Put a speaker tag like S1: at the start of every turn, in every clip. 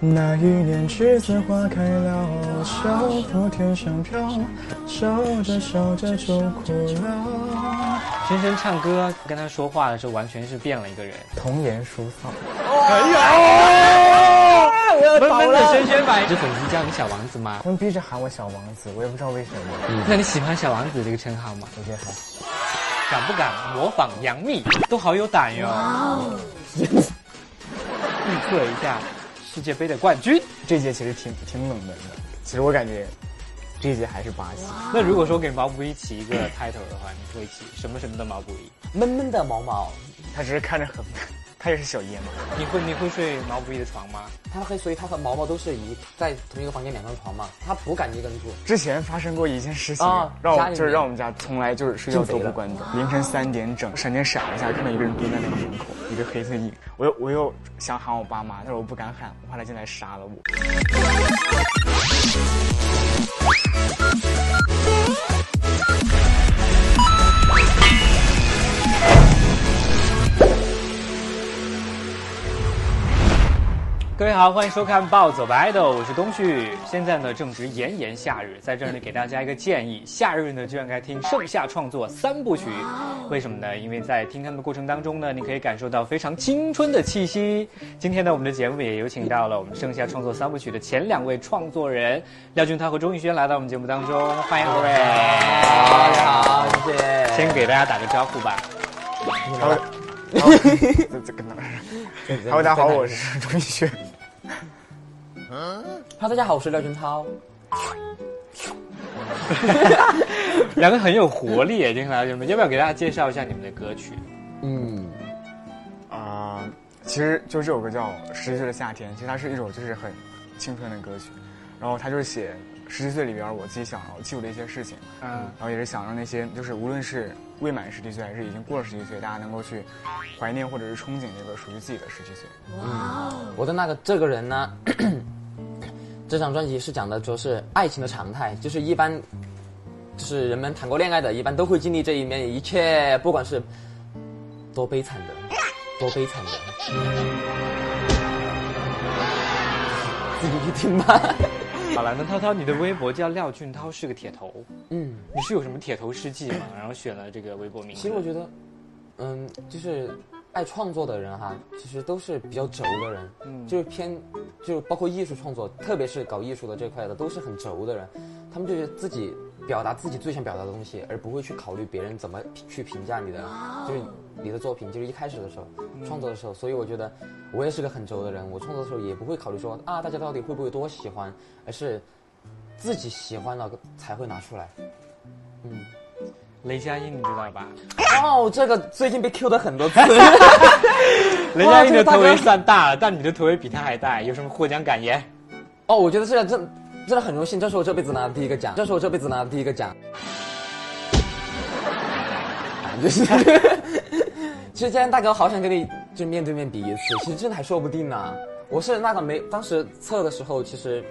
S1: 那一年，栀子花开了，小fru天上飘，守着守着就哭了。
S2: 深深唱歌跟他说话的时候，完全是变了一个人。
S1: 童颜淑嫂，
S2: 我要纷纷的深深把这粉丝叫你小王子吗？
S1: 他们逼着喊我小王子，我也不知道为什么。
S2: 那你喜欢小王子这个称号吗？
S1: 我觉得还好，
S2: 敢不敢模仿杨幂？都好有胆哟！预测一下世界杯的冠军。
S1: 这届其实挺挺冷门的。其实我感觉，这届还是巴西。
S2: 那如果说给毛不易起一个 title 的话，你会起什么什么的毛不易？
S3: 闷闷的毛毛，
S1: 他只是看着很， 他也是小野马。
S2: 你会你会睡毛不易的床吗？
S3: 他和所以他和毛毛都是一在同一个房间两张床嘛，他不敢一个人住。
S1: 之前发生过一件事情，
S3: 啊
S1: 让
S3: 家
S1: 我
S3: 里
S1: 就是
S3: 面哦
S1: 让我们家从来就是睡觉
S3: 进贼
S1: 都不
S3: 了
S1: 关灯，凌晨三点整，闪电闪了一下，看到一个人蹲在那个门口，一个黑色影。我又我又想喊我爸妈，但是我不敢喊，我怕他进来杀了我。
S2: 各位好，欢迎收看《暴走吧 idol》，我是东旭。现在呢正值炎炎夏日，在这里给大家一个建议：夏日呢就应该听盛夏创作三部曲。为什么呢？因为在听他们的过程当中呢，你可以感受到非常青春的气息。今天呢，我们的节目也有请到了我们盛夏创作三部曲的前两位创作人廖俊涛和钟宇轩来到我们节目当中，欢迎二
S3: 大
S2: 位。
S3: 家啊好，谢谢。
S2: 先给大家打个招呼吧。
S1: Hello，这这个哪儿？Hello，大家好，我
S3: 是
S1: 是钟逸轩。
S3: 哈，大家好，我是廖俊涛。
S2: 两个很有活力，经常要不要给大家介绍一下你们的歌曲？
S3: 嗯，
S1: 啊、其实就这首歌叫《十七岁的夏天》，其实它是一首就是很青春的歌曲，然后它就是写十七岁里边儿我自己想要记住的一些事情，
S2: 嗯，
S1: 然后也是想让那些就是无论是未满十七岁还是已经过了十七岁，大家能够去怀念或者是憧憬那个属于自己的十七岁。
S3: 嗯我的那个这个人呢， 这张专辑是讲的主要是爱情的常态，就是一般，就是人们谈过恋爱的，一般都会经历这一面，一切不管是多悲惨的，多悲 惨的，自己去听吧。
S2: 好了，那涛涛，你的微博叫廖俊涛是个铁头，
S3: 嗯。
S2: 你是有什么铁头事迹吗？然后选了这个微博名字。
S3: 其实我觉得，嗯，就是爱创作的人哈，其实都是比较轴的人，
S2: 嗯
S3: 就是偏，就是包括艺术创作，特别是搞艺术的这块的，都是很轴的人，他们就是自己表达自己最想表达的东西，而不会去考虑别人怎么评去评价你的，就是你的作品，就是一开始的时候、创作的时候，所以我觉得我也是个很轴的人，我创作的时候也不会考虑说啊大家到底会不会多喜欢，而是自己喜欢了才会拿出来。
S2: 雷佳音，你知道吧？
S3: 哦，这个最近被 Q 的很多次。
S2: 雷佳音
S3: 这
S2: 的
S3: 个大
S2: 头
S3: 哥
S2: 围算大了，但你的头围比他还大，有什么获奖感言？
S3: 哦，我觉得这个真真的很荣幸，这是我这辈子拿的第一个奖，这是我这辈子拿的第一个奖。啊就是 其实今天大哥好想跟你就面对面比一次，其实真的还说不定呢、我是那个没当时测的时候，其实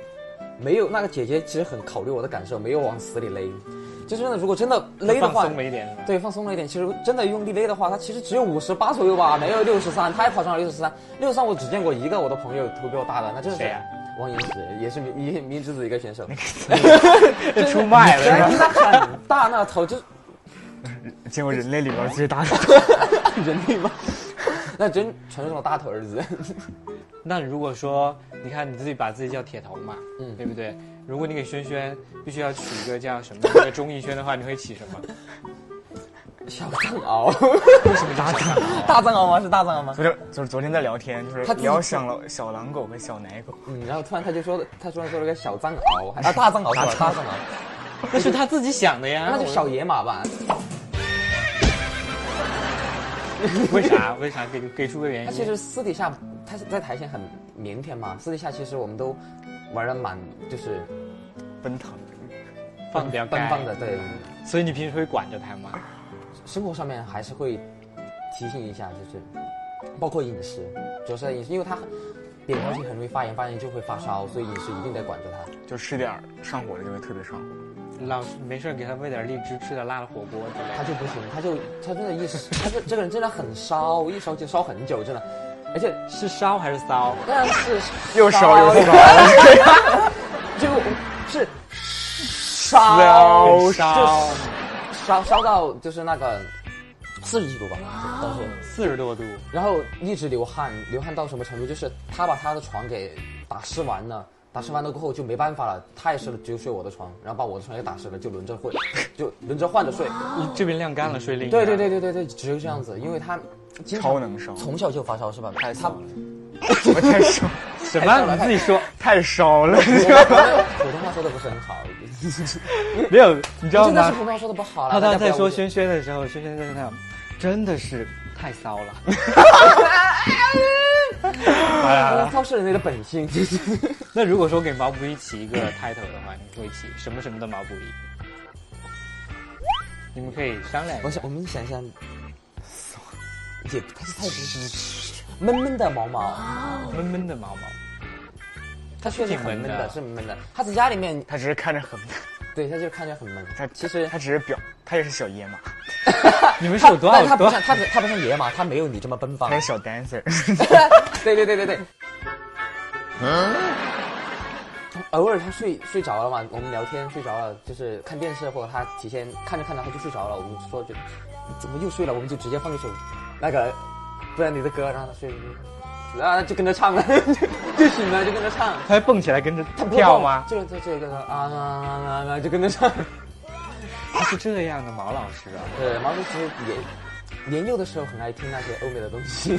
S3: 没有那个姐姐，其实很考虑我的感受，没有往死里勒。就真的，如果真的勒的
S2: 放
S3: 话，
S2: 松了一点是吧？
S3: 对，放松了一点。其实真的用力勒的话，它其实只有五十八左右吧，没有六十三，太夸张了。六十三，六十三我只见过一个我的朋友头比我大的，那就是
S2: 谁呀
S3: 王岩石，也是迷迷迷之子一个选手，
S2: 这出卖了
S3: 原来
S2: 是吧？
S3: 他很大那头就
S1: 见过人类里边最 大的
S3: 人类吧，那真传说中的大头儿子。
S2: 那如果说你看你自己把自己叫铁头嘛，嗯，
S3: 嗯
S2: 对不对？如果你给轩轩必须要取一个叫什么那个钟逸轩的话，你会起什么？
S3: 小藏獒，
S1: 大大。
S3: 大藏獒吗？是大藏獒吗？
S1: 昨天就是昨天在聊天，就是
S3: 他自己
S1: 聊想了小狼狗和小奶狗，
S3: 嗯，然后突然他就说，他突然说了个小藏獒，还啊大藏獒是吧？大藏獒，
S2: 那是他自己想的呀。
S3: 那就小野马吧。
S2: 为啥？为啥？给给出个原因。
S3: 他其实私底下，他是在台前很腼腆嘛，私底下其实我们都玩的蛮就是
S1: 奔腾。
S2: 放不了
S3: 奔
S2: 开
S3: 放的，对。
S2: 所以你平时会管着他吗？
S3: 生活上面还是会提醒一下，就是包括饮食，主要是在饮食，因为他扁桃体很容易发炎，发炎就会发烧，所以饮食一定得管着他。
S1: 就吃点儿上火的就会特别上火。
S2: 老是没事儿给他喂点荔枝，吃点辣的火锅之类
S3: 他
S2: 的。
S3: 就不行，他就他真的一时，他这这个人真的很烧，一烧就烧很久，真的。而且
S2: 是烧还是骚？
S3: 但是
S1: 又烧又骚，
S3: 就是烧
S1: 骚
S2: 烧
S3: 烧烧到就是那个四十几度吧，当时，
S2: 四十多度，
S3: 然后一直流汗，流汗到什么程度？就是他把他的床给打湿完了。打湿完了过后就没办法了，他也是就睡我的床，然后把我的床也打湿了，就轮着睡，就轮着换着睡。
S2: 你这边晾干了睡另一啊
S3: 对对
S2: 边
S3: 对对对对，只有这样子，因为他经常
S1: 超能
S2: 嗯
S1: 烧，
S3: 从小就发烧是吧？他他
S1: 怎么太 烧？
S2: 什么？你自己说，
S1: 太烧了，
S3: 普通话说的不是很好，
S2: 没有，你知道
S3: 真的
S2: 吗
S3: 是普？通话说的不好了。
S2: 他
S3: 大
S2: 他
S3: 家不
S2: 在
S3: 要
S2: 说
S3: 误解
S2: 轩轩的时候，轩轩在那样，真的是太骚了。 好啦好啦
S3: 超市人类的本性。
S2: 那如果说给毛不易起一个 title 的话，你会起什么什么的毛不易？你们可以商量一
S3: 我
S2: 下。
S3: 想，我们想 一想，也不太太闷闷的毛毛，
S2: 闷闷的毛毛，
S3: 它确实
S2: 挺
S3: 很
S2: 闷
S3: 闷
S2: 的
S3: 的，是闷的。它在家里面，
S1: 他只是看着 很，
S3: 对，它就看着很闷。
S1: 他
S3: 其实
S1: 他只是表，他也是小野马，
S2: 你们是有多
S3: 但
S2: 少
S3: 它
S2: 多
S3: 不
S2: 少
S3: 像？它不它不像野马，它没有你这么奔放
S1: 他。是小 dancer，
S3: 对对对对对。偶尔他睡睡着了嘛，我们聊天睡着了，就是看电视或者他提前看着看着他就睡着了，我们就说就怎么又睡了，我们就直接放一首那个不然你的歌，然后他睡，然后他就跟着唱了， 就就醒了就跟着唱，
S2: 他会蹦起来跟着
S3: 他不
S2: 跳吗？
S3: 就就这个啊啊啊啊就跟着唱。
S2: 他是这样的毛老师啊，
S3: 对，呃毛叔其实也年幼的时候很爱听那些欧美的东 西，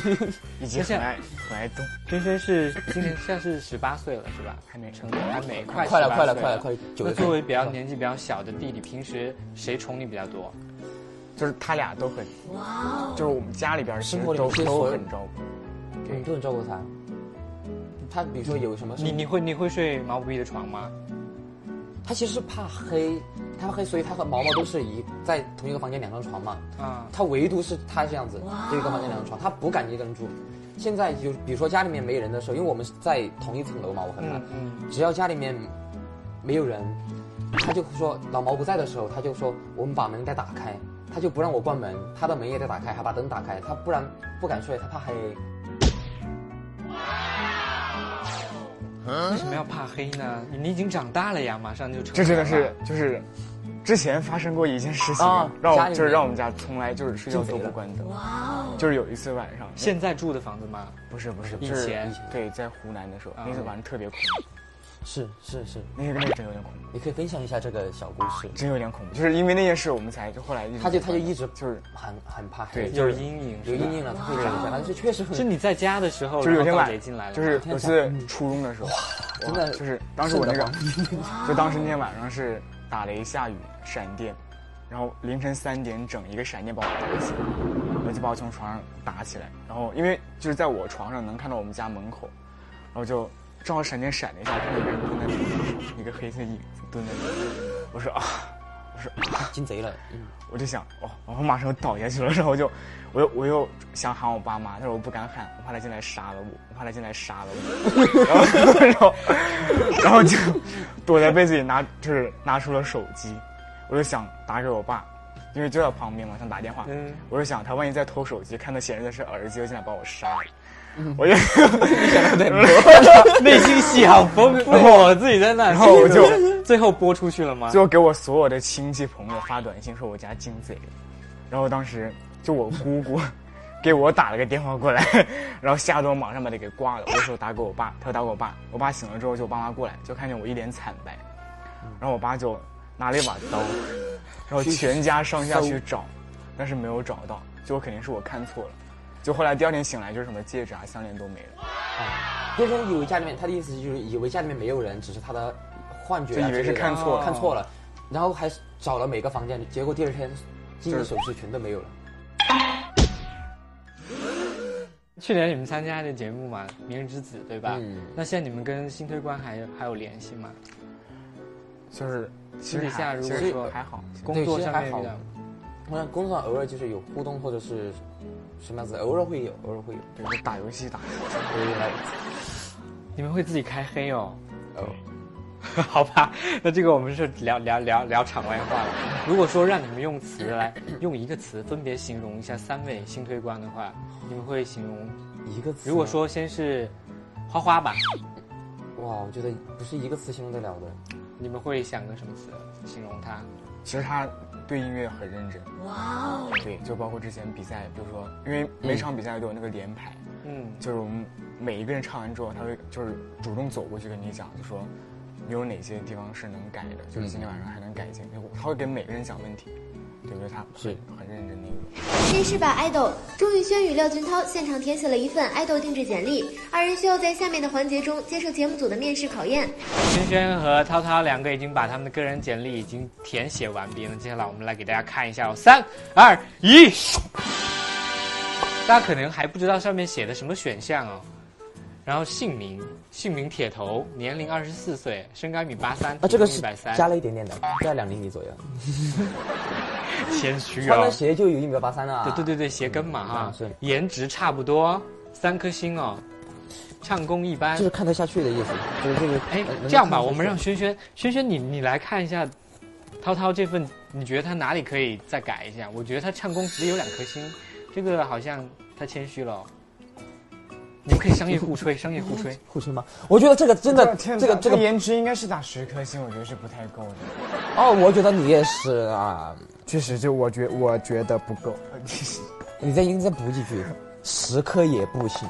S1: 以及很爱很爱动，
S2: 轩轩是今年现在是十八岁了是吧？
S1: 还没
S2: 成年还没快
S3: 快了
S2: 18
S3: 快了
S2: 岁
S3: 快了快了九
S2: 那
S3: 个
S2: 作为
S3: 岁，
S2: 比较年纪比较小的弟弟，平时谁宠你比较多？
S1: 就是他俩都很，就是我们家里边其实
S3: 哦生活
S1: 都
S3: 里面
S1: 都
S3: 所有
S1: 很照顾，
S3: 嗯，都很照顾他。他比如说有什么事
S2: 你你会你会睡毛不易的床吗？
S3: 他其实是怕黑，他怕黑，所以他和毛毛都是一在同一个房间两张床嘛。
S2: 啊，
S3: 他唯独是他这样子，就一个房间两张床，他不敢一个人住。现在就比如说家里面没人的时候，因为我们是在同一层楼嘛，我和他，
S2: 嗯嗯，
S3: 只要家里面没有人，他就说老毛不在的时候，他就说我们把门再打开，他就不让我关门，他的门也得打开，还把灯打开，他不然不敢睡，他怕黑。
S2: 为什么要怕黑呢？你你已经长大了呀，马上就成
S1: 这真的
S2: 人了
S1: 是就是。之前发生过一件事情，
S3: 啊
S1: 让
S3: 家
S1: 我
S3: 里
S1: 就是
S3: 面哦
S1: 让我们家从来就是睡觉
S3: 进
S1: 都
S3: 贼
S1: 不
S3: 了
S1: 关灯，就是有一次晚上，
S2: 现在住的房子吗？
S1: 不是不是，
S2: 以
S1: 就是
S2: 前
S1: 对，在湖南的时
S3: 啊
S1: 候，那次晚上特别恐怖，
S3: 是是是，
S1: 那个那个真有点恐怖，
S3: 你可以分享一下这个小故事。
S1: 真有点恐怖，就是因为那件事，我们才就后来一直
S3: 他就他就一直
S1: 就是
S3: 很很怕黑
S1: 对，
S2: 有阴影，
S3: 有
S2: 是吧
S3: 阴。影了，他会长一下，但是确实
S2: 是
S3: 很
S2: 你在家的时候，
S1: 就是有天
S2: 然后
S1: 晚
S2: 盗贼进来了，
S1: 就是有次初中的时候，哇
S3: 真的
S1: 就是当时我那个
S3: 瘆，
S1: 就当时那天晚上是打雷下雨闪电，然后凌晨三点整一个闪电把我打起来，我就把我从床上打起来，然后因为就是在我床上能看到我们家门口，然后就正好闪电闪了一下，看到一个人蹲在那里，一个黑色影子蹲在那里，我说啊，我说啊。
S3: 进贼了。嗯，
S1: 我就想，哦，我马上要倒下去了，然后我就，我又我又想喊我爸妈，但是我不敢喊，我怕他进来杀了我，我怕他进来杀了我， 然后然后然后就躲在被子里拿，就是拿出了手机，我就想打给我爸，因为就在旁边嘛，想打电话，
S2: 嗯
S1: 我就想他万一在偷手机，看他显示的是儿子，又进来把我杀了，我就想的很多。
S2: 内心戏好丰富，我自己在那，然
S1: 后我就
S2: 最后播出去了吗？
S1: 最后给我所有的亲戚朋友发短信说我家进贼了，然后当时就我姑 姑给我打了个电话过来， 然后吓得我马上把他给挂了。我说打给我爸，他说打给我爸，我爸醒了之后就我爸妈过来，就看见我一脸惨白，
S2: 嗯
S1: 然后我爸就拿了一把 刀，然后全家上下去找，但是没有找到，就肯定是我看错了。就后来第二天醒来，就是什么戒指啊、项链都没了，
S3: 先生以为家里面，他的意思就是以为家里面没有人，只是他的幻觉啊之类的，
S1: 就以为是看错了
S3: 看
S2: 哦
S3: 错了，然后还找了每个房间，结果第二天金
S1: 就
S3: 银
S1: 是
S3: 首饰全都没有了。
S2: 去年你们参加的节目嘛，《明日之子》对吧？
S3: 嗯
S2: 那现在你们跟新推官还有还有联系吗？
S1: 就是其
S2: 私
S1: 实
S2: 底下
S1: 还
S2: 如
S1: 其
S2: 果
S1: 实
S2: 说
S1: 还好，
S2: 工作上面遇
S3: 其实
S2: 到
S3: 还好好像工作上偶尔就是有互动或者是什么样子，偶尔会有，偶尔会有，
S1: 比如说打游戏打。
S3: 偶尔来
S2: 你们会自己开黑哦？
S3: 哦。
S2: 好吧，那这个我们是聊聊聊聊场外话了。如果说让你们用词来用一个词分别形容一下三位新推官的话，你们会形容
S3: 一个词。
S2: 如果说先是花花吧，
S3: 哇，我觉得不是一个词形容得了的。
S2: 你们会想个什么词形容他？
S1: 其实他对音乐很认真，
S4: 哇哦，
S1: 对，就包括之前比赛，比如说，因为每场比赛都有那个连排，
S2: 嗯，
S1: 就是我们每一个人唱完之后，他会就是主动走过去跟你讲，就说你有哪些地方是能改的，就是今天晚上还能改进。他会给每个人讲问题，对不对？他
S3: 是
S1: 很认真的一个。
S4: 绅士版爱豆钟宇轩与廖俊涛现场填写了一份爱豆定制简历，二人需要在下面的环节中接受节目组的面试考验。
S2: 轩轩和涛涛两个已经把他们的个人简历已经填写完毕了，接下来我们来给大家看一下哦，三二一，大家可能还不知道上面写的什么选项哦。然后姓名，姓名铁头，年龄二十四岁，身高一米八三，
S3: 啊，这个
S2: 一
S3: 是
S2: 百三，
S3: 加了一点点的，在两厘米左右。
S2: 谦虚
S3: 穿
S2: 哦
S3: 了。鞋就有一米八三了啊。
S2: 对对对对，鞋跟嘛哈
S3: 嗯是，
S2: 颜值差不多，三颗星哦，唱功一般
S3: 就。是看得下去的意思，就是呃这个。
S2: 哎
S3: 能，
S2: 这样吧，
S3: 能看得下去
S2: 我们让轩轩，轩轩你你来看一下，涛涛这份，你觉得他哪里可以再改一下？我觉得他唱功只有两颗星，这个好像太谦虚了哦。你们可以商业互吹，商业互 吹。
S3: 互吹吗？我觉得这个真的，这个这
S2: 哎
S3: 个
S1: 颜值应该是打十颗星，我觉得是不太够的。
S3: 哦，我觉得你也是啊，
S5: 确实，就我觉我觉得不够。
S3: 你再应该再补几句，十颗也 不行。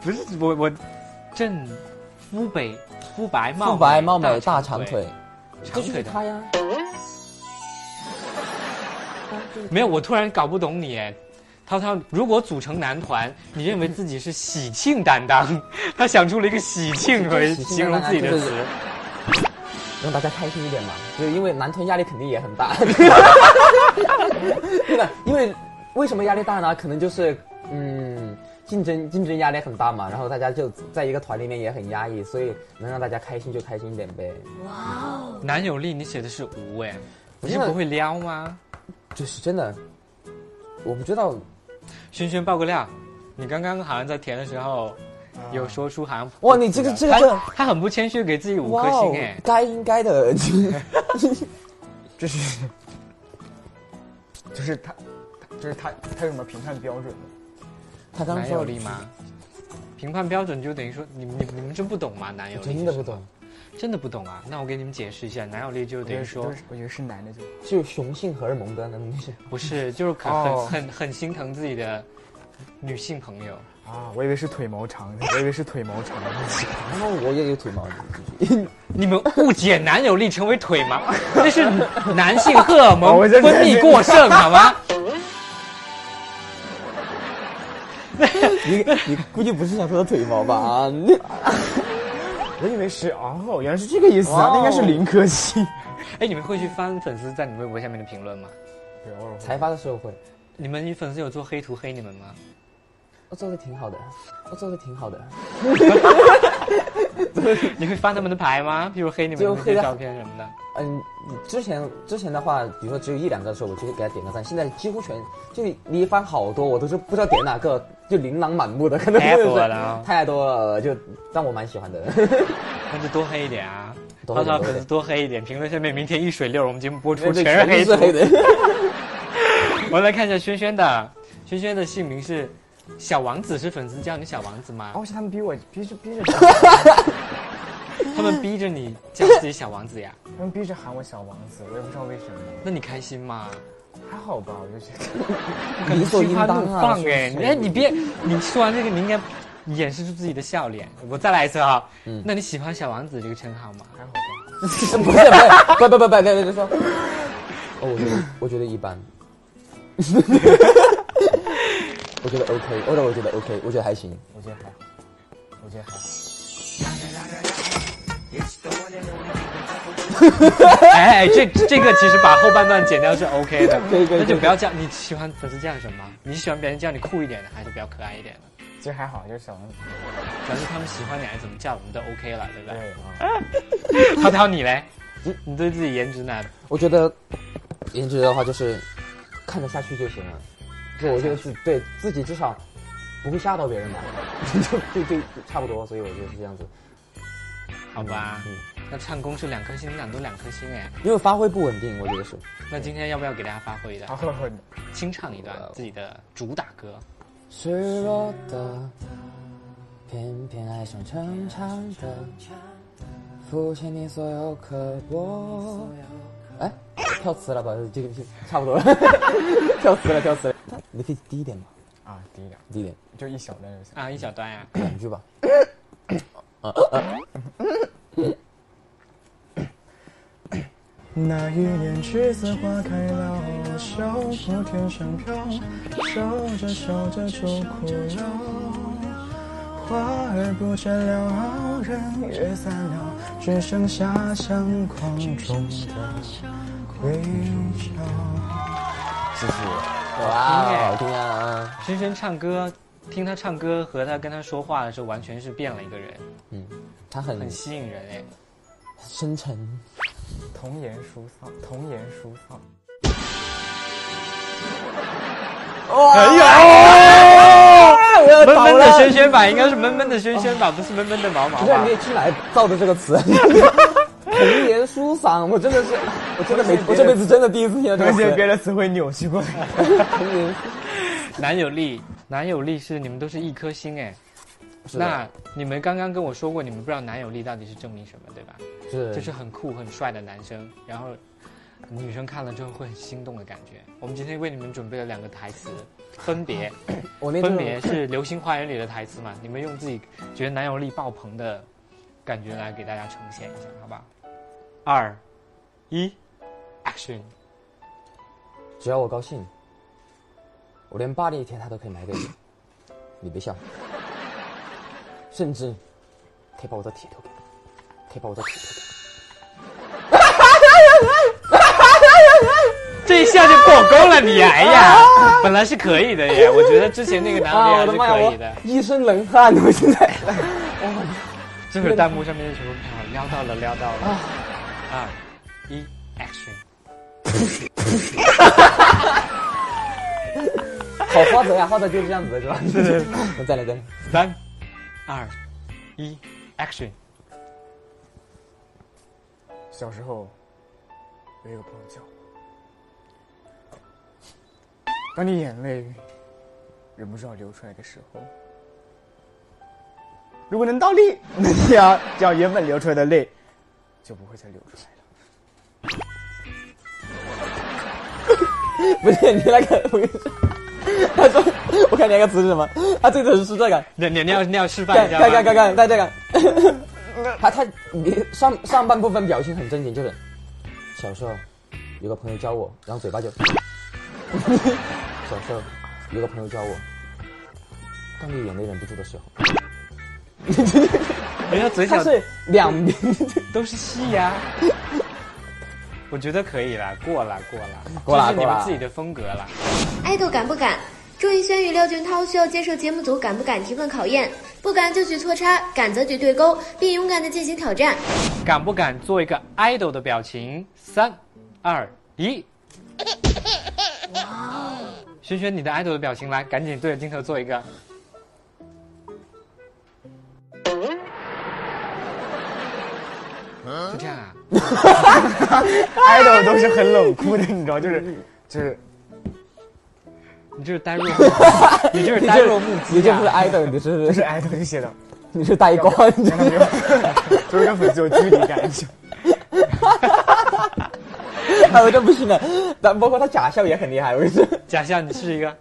S2: 不是我我，正肤白肤白貌
S3: 肤白
S2: 美
S3: 貌美大
S2: 长
S3: 长腿，，这
S2: 长
S3: 就是
S2: 腿的
S3: 他呀。
S2: 没有，我突然搞不懂你哎，涛涛，如果组成男团，你认为自己是喜庆担当， 他想出了一个喜 庆为
S3: 喜庆
S2: 形容自己的
S3: 担当
S2: 词
S3: 就，让大家开心一点嘛，就是因为男团压力肯定也很 大，对吧？因为为什么压力大呢？可能就是嗯，竞争竞争压力很大嘛，然后大家就在一个团里面也很压抑，所以能让大家开心就开心一点呗。
S2: 男友力你写的是无哎，
S3: 不
S2: 你
S3: 是
S2: 是不会撩吗？
S3: 这是真的，我不知道，
S2: 轩轩爆个料，你刚刚好像在填的时候
S1: 嗯
S2: 有说出好像
S3: 啊哇，你这个这个
S2: 他
S3: 这个，
S2: 他很不谦虚，给自己五
S3: 哇
S2: 颗
S3: 哦
S2: 星哎，，
S3: 该应该的，
S1: 这是，就是他，他就是他，他有什么评判标准呢？
S3: 他刚刚
S2: 男友
S3: 说
S2: 力吗？评判标准就等于说你你你们真不懂吗？男友力
S3: 真的不懂，
S2: 真的不懂啊？那我给你们解释一下，男友力就
S1: 我
S2: 等于说
S1: 都是我觉得是男的就好。
S3: 是雄性荷尔蒙的那东西。
S2: 不是，就是很、
S1: 哦
S2: 很很很心疼自己的女性朋友。
S1: 啊，我以为是腿毛长的，我以为是腿毛长的。
S3: 然后我也有腿 毛，
S2: 你们误解男友力成为腿毛，那是男性荷尔
S1: 哦
S2: 蒙
S1: 我
S2: 分
S1: 真的
S2: 泌过剩，好吗？
S3: 你你估计不是想说的腿毛吧？ 啊，那
S1: 我以为是哦，原来是这个意思啊，那应该是零颗星。
S2: 哎，你们会去翻粉丝在你微博下面的评论吗？
S1: 对，偶尔会
S3: 才发的时候会。
S2: 你们女粉丝有做黑图黑你们 吗？
S3: 我做的挺好的，我做的挺好的，
S2: 你会翻他们的牌吗？譬如黑你们
S3: 就
S2: 的那些
S3: 黑的
S2: 照片什么的。
S3: 嗯，之前之前的话，比如说只有一两个的时候，我就会给他点个赞。现在几乎全就你一翻好多，我都是不知道点哪个，就琳琅满目的，可能
S2: 太多
S3: 真的是
S2: 了
S3: 太多了，就让我蛮喜欢的。
S2: 那就多黑一点啊！
S3: 多
S2: 涛
S3: 黑点
S2: 涛
S3: 多黑
S2: 粉丝多黑一点，评论下面明天一水六，我们节目播出
S3: 这
S2: 全是 黑
S3: 都是
S2: 图
S3: 黑。的，
S2: 我们来看一下轩轩的，轩轩的姓名是小王子，是粉丝叫你小王子吗？
S1: 哦，是他们逼我，逼着逼着，
S2: 他们逼着你叫自己小王子呀？
S1: 他们逼着喊我小王子，我也不知道为什么。
S2: 那你开心吗？
S1: 还好吧，我就觉得。
S3: 理所应
S2: 心花
S3: 当
S2: 怒
S3: 啊！
S2: 放
S3: 是不
S2: 哎！
S3: 是
S2: 哎，你别，你说完这个，你应该掩饰住自己的笑脸。我再来一次啊！
S3: 嗯
S2: 那你喜欢小王子这个称 号吗？
S1: 还好吧，
S3: 不是不是不不不不别别别说。哦，我觉得我觉得一般。 我觉得 OK，或者我觉得 OK，我觉得还行。
S1: 我觉得还好，我觉得还好。
S2: 哎，这这个其实把后半段剪掉是 OK 的，
S3: 可以可以
S2: 那就
S3: 可以
S2: 不要叫你喜欢粉丝叫你什么？你喜欢别人叫你酷一点的，还是比较可爱一点的？
S1: 其实还好，就是小王子。
S2: 只要是他们喜欢你，还是怎么叫我们都 OK 了，对不对？
S1: 对啊。
S2: 涛涛你嘞？
S3: 嗯
S2: 你你对自己颜值哪？
S3: 我觉得颜值的话就是看得下去就行了。就我觉得是对自己至少不会吓到别 人吧，就就就差不多，所以我觉得是这样子。
S2: 好吧，
S3: 嗯，
S2: 那唱功是两颗星，你俩都两颗星哎。
S3: 因为发挥不稳定，我觉得是。
S2: 那今天要不要给大家发挥一段，
S1: 啊好，
S2: 清唱一段自己的主打歌？
S3: 失落的，偏偏爱上逞强的，付欠你所有刻薄。哎，跳词了吧？这个 差不多了，跳词了，跳词了。你可以低一点吗？
S1: 啊，低一点，
S3: 低一点，
S1: 就一小段就行。
S2: 啊，一小段呀、
S3: 两句吧。
S6: 那一年栀子花开了，我手扶天上飘，守着守着就哭了。花儿不见了，人也散了，只剩下相框中的归巢。
S3: 谢谢。哇，好听啊！
S2: 深深唱歌，听他唱歌和他跟他说话的时候，完全是变了一个人，
S3: 嗯，他很
S2: 很吸引人哎。
S3: 深沉。
S1: 童颜书丧，童颜书丧。
S3: 哎啊
S2: 闷闷的轩轩吧，应该是闷闷的轩轩吧，不是闷闷的毛毛啊
S3: 不是
S2: 吧
S3: 你？去哪里造的这个 词？童年书嗓，我真的是，我真的没，我这辈子真的第一次听到这个
S1: 而且
S3: 词。
S1: 别的词汇扭曲过来。
S3: 童年书
S2: 男友力，男友力是你们都是一颗星哎。
S3: 是的
S2: 那你们刚刚跟我说过，你们不知道男友力到底是证明什么，对吧？
S3: 是
S2: 就是很酷很帅的男生，然后女生看了之后会很心动的感觉。我们今天为你们准备了两个台词，分别
S3: 我那
S2: 分
S3: 阵
S2: 别是《流星花园》里的台词嘛，你们用自己觉得男友力爆棚的感觉来给大家呈现一下，好吧？二，一，action！
S3: 只要我高兴，我连巴黎铁塔都可以买给你，你别笑，甚至可以把我的铁头给你，可以把我的铁头给
S2: 这一下就破功了你，哎呀，本来是可以的耶，我觉得之前那个
S3: 你。
S2: 男友力还是可以的
S3: 啊我。一身冷汗，我现在。
S2: 这会儿弹幕上面的什么朋友撩到了，撩到了。
S3: 啊
S2: 二一，action！
S3: 好花泽呀，花泽就是这样子的是吧？ 是。我再来再来，
S2: 三二一，action！
S1: 小时候有一个朋友叫我，当你眼泪忍不住要流出来的时候，如果能倒立，那就要叫原本流出来的泪就不会再流出来了。
S3: 不是你那个，我跟你说，他说，我看你那个词是什么？他这个是这个，
S2: 你你你要你要示范
S3: 看
S2: 一下
S3: 看看
S2: 吗？
S3: 看看，在这个，他他你上上半部分表情很正经，就是小时候有个朋友教我，然后嘴巴就，小时候有个朋友教我，当你眼泪忍不住的时候，
S2: 人家嘴
S3: 他
S2: 角
S3: 是两边，
S2: 都是戏呀、我觉得可以啦，过啦过啦，
S3: 过啦
S2: 这是你
S3: 过
S2: 们
S3: 啦
S2: 自己的风格啦。
S4: 爱豆敢不敢？钟宇轩与廖俊涛需要接受节目组敢不敢提问考验，不敢就举错叉，敢则举对勾，并勇敢的进行挑战。
S2: 敢不敢做一个 idol 的表情？三二一。轩轩，你的 idol 的表情来，赶紧对着镜头做一个。就这样啊？
S1: idol 都是很冷酷的，你知道，就是就是
S2: 你这是 呆若木鸡，你这是呆若木
S3: 你
S2: 鸡
S3: 这不是
S2: 呀！
S3: idol，你这
S1: 就是
S3: 是
S1: idol 就写的，
S3: 你是呆瓜，你
S1: 真的没有， 就是跟粉丝有距离感。
S3: 哎，我这不行了。但包括他假笑也很厉害，我跟你说，
S2: 假笑，你试一个。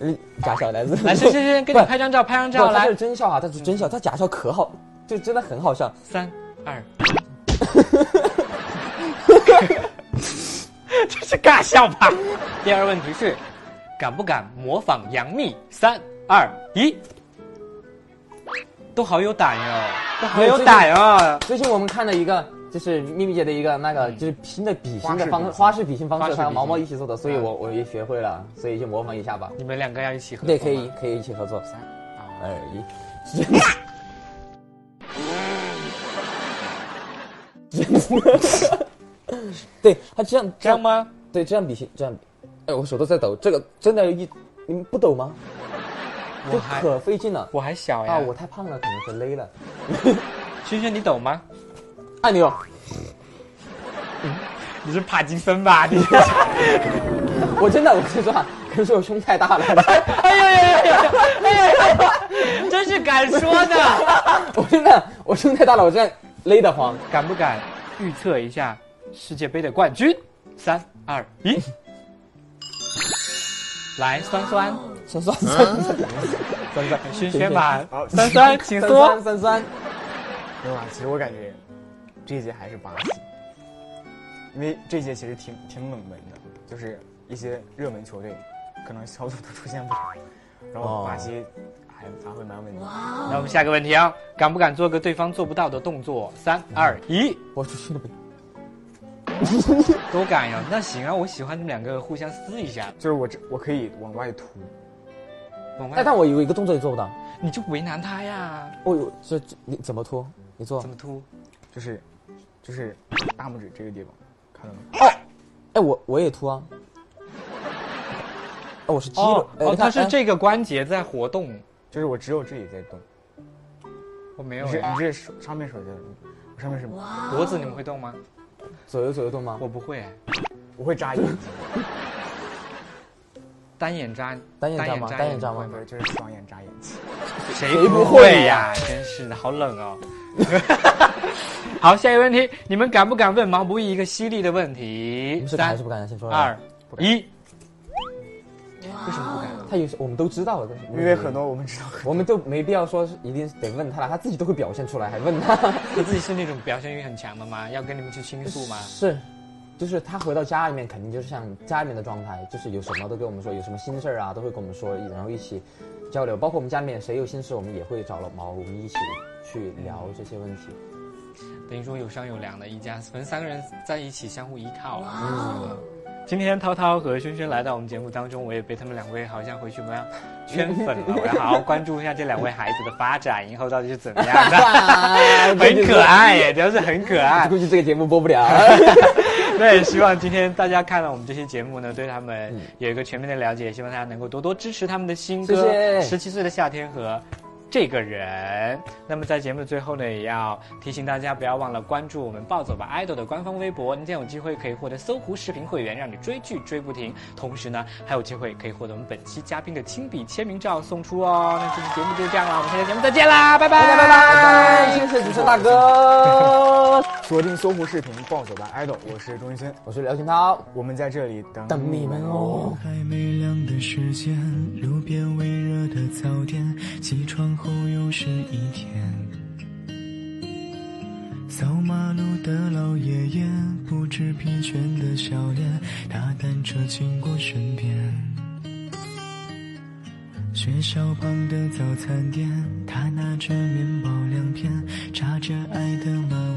S3: 嗯假笑来自
S2: 来，轩轩，轩轩，给你拍张照，拍张
S3: 不，
S2: 照，
S3: 他
S2: 来
S3: 是。真笑啊，他是真笑，他假笑可好，就真的很好笑。
S2: 三二， 这是尬笑吧？第二问题是，敢不敢模仿杨幂？三二一，都好有胆哟、都好有胆哦！
S3: 最近我们看了一个，就是秘密姐的一个那个，就是新的比心的方花式比心方
S2: 花式
S3: 式，
S2: 比
S3: 她
S2: 心
S3: 和毛毛一起做的，所以我我也学会了，所以就模仿一下吧。
S2: 你们两个要一起合作
S3: 对，
S2: 吗
S3: 可以，可以一起合作。三二一， 对他这样
S2: 这样？吗？
S3: 对，这样比心，这样比。哎，我手都在抖，这个真的一，你们不抖吗？
S2: 我
S3: 就
S2: 还
S3: 可费劲了。啊
S2: 我还小呀！
S3: 啊，我太胖了，可能会勒了。
S2: 轩轩，你懂吗？
S3: 按钮。
S1: 你是帕金森吧？你
S3: 我真的，我跟你说啊，可是我胸太大了，
S2: 哎呀呀呀呀！哎呀呀， 真是敢说呢。
S3: 我真的，我胸太大了，我真的勒得慌。
S2: 敢不敢预测一下世界杯的冠军？三二一，来，酸酸，
S3: 酸酸酸酸酸酸，
S2: 轩轩吧
S1: 好，
S2: 酸 酸，请
S3: 酸
S2: 说
S3: 酸。酸酸，
S1: 没有啊，其实我感觉这届还是巴西，因为这届其实挺挺冷门的，就是一些热门球队可能小组都出现不了，然后巴
S2: 哦
S1: 西还发挥蛮稳定的。
S2: 那我们下个问题啊，敢不敢做个对方做不到的动作？三二一，
S3: 我出去 了不？
S2: 都敢呀。那行啊，我喜欢你们两个互相撕一下。
S1: 就是我这我可以往外突，
S2: 往外
S3: 哎，但我有一个动作你做不到，
S2: 啊你就为难他呀？
S3: 我有这这你怎么脱？你做
S2: 怎？么突？
S1: 就是就是大拇指这个地方，看到吗？
S3: 哎，我我也脱啊。哦，我是肌
S2: 哦
S3: 肉，哎
S2: 哦，
S3: 你
S2: 他
S3: 看
S2: 是这个关节在活动。
S1: 就是我只有这里在动，
S2: 我没有
S1: 你是
S2: 哎，
S1: 你是手上面手在动，我上面是
S3: 啊
S2: 脖子你们会动吗？
S3: 哎左右左右动吗？
S2: 我不会哎，
S1: 我会眨眼睛，
S2: 单眼扎，
S3: 单眼扎吗？单眼扎
S1: 我
S3: 吗
S1: 不？是就是双眼眨眼睛。
S2: 谁
S3: 谁
S2: 不
S3: 不
S2: 会
S3: 会
S2: 呀？真是的，好冷哦。 好，下一个问题，你们敢不敢问毛不易一个犀利的问
S3: 你
S2: 题？
S3: 们是敢还
S2: 三
S3: 是不敢？先说。
S2: 二，一，
S1: 为什么不敢呢？
S3: 他有时我们都知道了，但是
S1: 因为很多我们知道，
S3: 我们都没必要说是一定得问他了，他自己都会表现出来，还问他。
S2: 他自己是那种表现欲很强的吗？要跟你们去倾诉吗？
S3: 是，就是他回到家里面，肯定就是像家里面的状态，就是有什么都跟我们说，有什么心事儿啊，都会跟我们说，然后一起交流。包括我们家里面谁有心事，我们也会找了毛，我们一起去聊这些问题。
S2: 等于说有商有量的一家，反正三个人在一起相互依靠啊。
S3: 嗯
S2: 今天涛涛和轩轩来到我们节目当中，我也被他们两位好像回去我要圈粉 了，我要好好关注一下这两位孩子的发展，以后到底是怎么样的，嗯
S3: 哎
S2: 很可爱耶，主要是很可爱。
S3: 估计这个节目播不了。
S2: 对，希望今天大家看了我们这期节目呢，对他们有一个全面的了解，希望大家能够多多支持他们的新歌《
S3: 嗯谢
S2: 十
S3: 谢
S2: 七岁的夏天》和。这个人，那么在节目的最后呢，也要提醒大家不要忘了关注我们暴走吧 idol 的官方微博，您将有机会可以获得搜狐视频会员，让你追剧追不停。同时呢，还有机会可以获得我们本期嘉宾的亲笔签名照送出哦。那这期节目就是这样了，我们下期节目再见啦，拜拜拜
S3: 拜拜，谢谢主持人大哥，
S1: 锁定搜狐视频暴走吧 idol，我是钟云轩，
S3: 我是廖俊涛，
S1: 我们在这里等
S3: 等你们哦。。
S6: 还没亮的时间，路边微热的早点，起床后又是一天。扫马路的老爷爷不知疲倦的笑脸，他单车经过身边。学校旁的早餐店，他拿着面包两片，插着爱的马